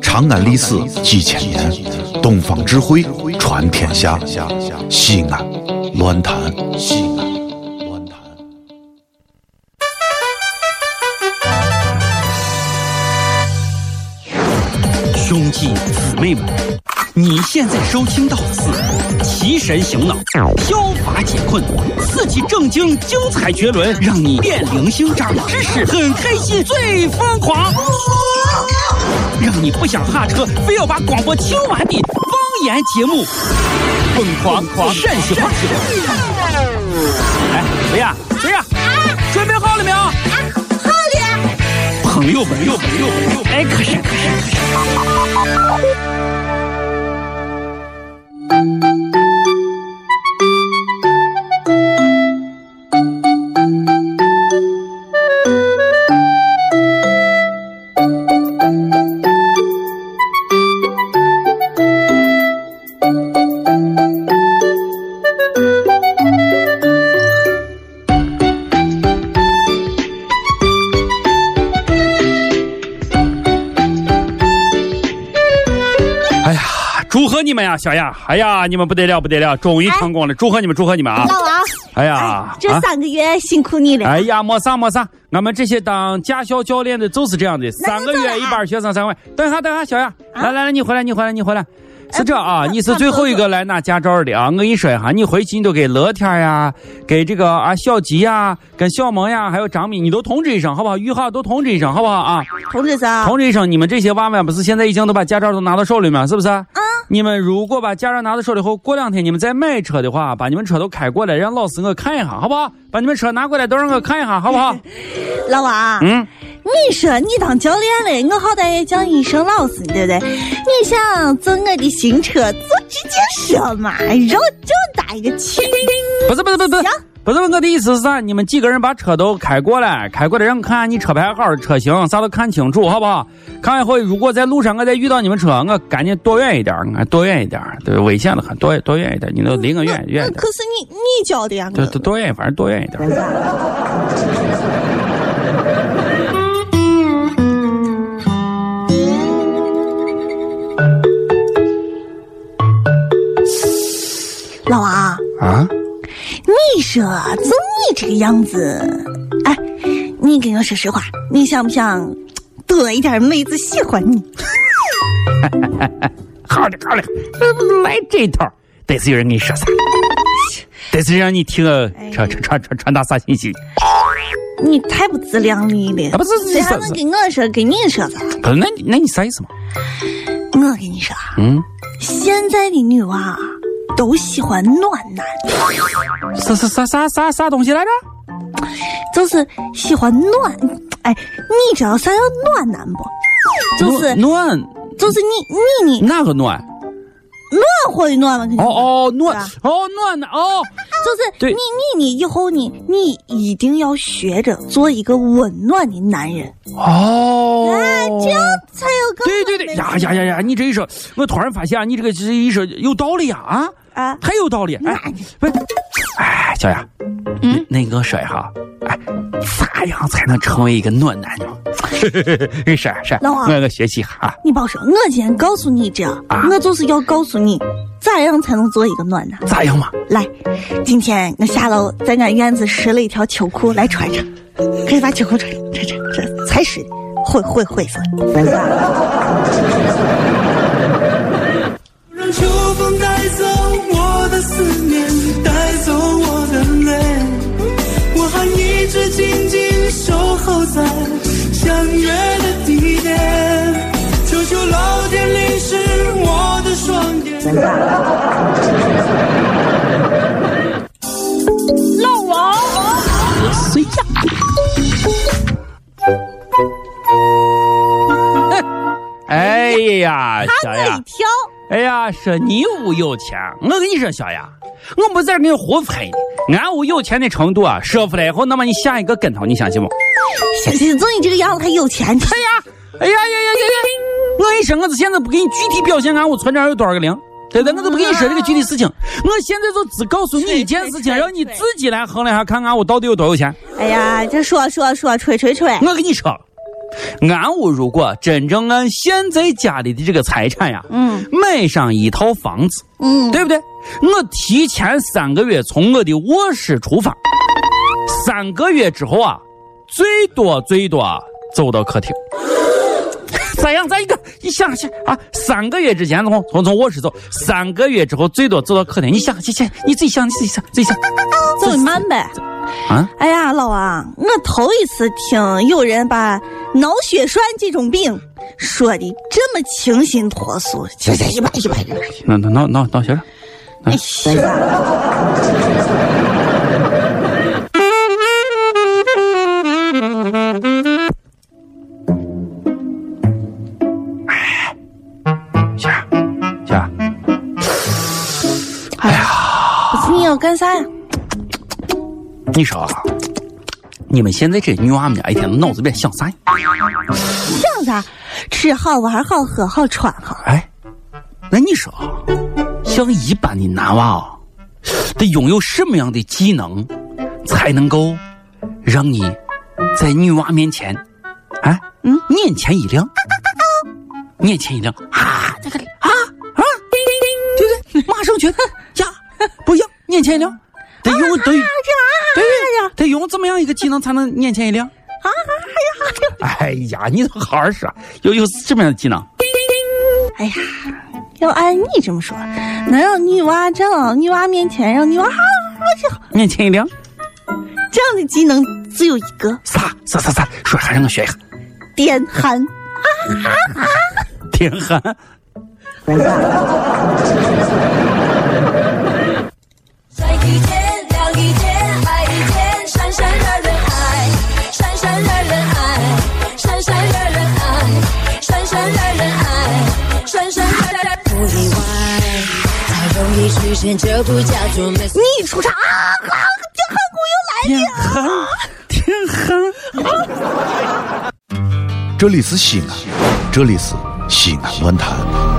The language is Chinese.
长安历史几千年，东方智慧传天下。西安，乱谈西安，乱谈。兄弟姊妹们，你现在收听到的是提神醒脑、消乏解困、刺激正经、精彩绝伦，让你变零星长知识，很开心，最疯狂，让你不想下车，非要把广播听完的方言节目，疯狂陕西话。哎，谁呀？谁呀？准备好了没有？朋友们，友们，友们，友们，哎，可是可是可是。哎呀，祝贺你们呀，小亚！哎呀，你们不得了，不得了，终于成功了！祝贺你们，祝贺你们啊！老王，哎呀，这啊三个月辛苦你了。哎呀，没啥没啥，俺们这些当驾校教练的就是这样的，三个月一班学生三万。等一下，等一下，小亚，来来来，你回来，你回来，你回来。是这啊，不你是最后一个来拿驾照的啊！我跟你说一下，你回去你都给乐天呀，给这个啊小吉呀，跟小萌呀，还有张敏，你都通知一声好不好？玉浩都通知一声好不好啊？同志生，同志一声，你们这些娃们不是现在已经都把驾照都拿到手里吗？是不是？嗯。你们如果把驾照拿到手里后，过两天你们再买车的话，把你们车都开过来，让老师我看一下，好不好？把你们车拿过来都让我看一下，好不好？老王，嗯。你说你当教练了，我好歹也叫你一声老师，对不对？你想坐我的新车，坐直接说嘛，肉就打一个气。不是不是不是不是行。不是我的意思是啥？你们几个人把车都开过来，开过来让我看你车牌号、车型，啥都看清楚，好不好？看完后，如果在路上我再遇到你们车，我赶紧躲远一点，我躲远一点，对，危险的很，躲躲远一点，你都离我远远一那点。可是你你教的呀，对对多远，反正多远一点。老王，啊，你说就你这个样子，哎，你跟我说实话，你想不想多一点妹子喜欢你？好的好的，来这套，得是有人给你说啥，得是让你听我哎传传传传传达啥信息？你太不自量力了！啊不是是谁还是能跟我说跟你说的？不是，那你那你啥意思嘛？我跟你说，啊嗯，现在的女娃都喜欢暖男，啥啥啥啥啥啥东西来着？就是喜欢暖。哎，你知道啥叫暖男不？就是暖就是你你你哪个暖？暖和的暖嘛，跟你哦说哦暖对啊哦暖男哦，就是对你你你以后你你一定要学着做一个温暖的男人，哎哦，这样才有更对对对，呀呀呀呀！你这一说，我突然发现啊，你这个这一说有道理呀啊，啊！还有道理。哎，不，哎，小雅，嗯，那你跟我说一下啊，哎，咋样才能成为一个暖男呢？ 是啊是是，老王我我学习哈。你别说，我今天告诉你这，啊我就是要告诉你，咋样才能做一个暖男。咋样嘛？来，今天我下楼在俺院子拾了一条秋裤来穿上，可以把秋裤穿上，穿上，这才是会会会色。让秋风带走我的思念，带走我的泪。我还一直紧紧守候在相约的地点，求求老天淋湿我的双眼。哎呀，小我一雅，跳，哎呀，说你屋有钱，我跟你说，小雅，我不是在这给你胡喷呢。俺屋有钱的程度啊，说出来以后，那么你下一个跟头，你相信不？小姐，就你这个样子还有钱？哎呀，哎呀呀呀呀呀！我跟你说，我现在不给你具体表现俺屋存账有多少个零，对不对？我都不跟你说这个具体事情，我现在就只告诉你一件事情，让你自己来衡量一下，看俺屋到底有多有钱。嗯哎呀，这说说说吹吹吹，我跟你说，俺屋如果真正按现在家里的这个财产呀，嗯，买上一套房子，嗯，对不对？我提前三个月从我的卧室出发，三个月之后啊，最多最多啊走到客厅。咋样？咱一个一想去啊，三个月之前从从从卧室走，三个月之后最多走到客厅。你想去去，你自己想，你自己想，自己想走你慢呗。啊！哎呀，老王，我头一次听有人把脑血栓这种病说的这么清新脱俗。行行，一百一百一百。那那那那那行了。哎呀，姐儿，姐儿，哎呀，不是你要干啥呀？你说啊，你们现在这女娃们家一天脑子里面想啥呀？想啥？吃好玩好喝好穿好。哎，那你说啊，像一般的男娃啊，得拥有什么样的技能，才能够让你在女娃面前，哎，嗯，眼前一亮，眼前一亮啊，这个啊啊，对不对？马上觉得呀，不一样，眼前一亮，得用得对得用这么样一个技能才能眼前一亮。啊哎呀，你好好说，有有什么样的技能？哎呀，要按你这么说，能让女娃站到女娃面前，让女娃啊这眼前一亮。这样的技能只有一个，啥啥啥啥，说啥让我学一下。点鼾。天寒，下一天，聊一天，爱一天，闪闪惹人爱，闪闪惹人爱，闪闪惹人爱，闪闪惹人爱，闪闪惹人爱。不意外，太容易出现，这不叫做没。你出场啊啊！这汉古又来天了。寒，天寒。这里是西安，这里是西安论坛。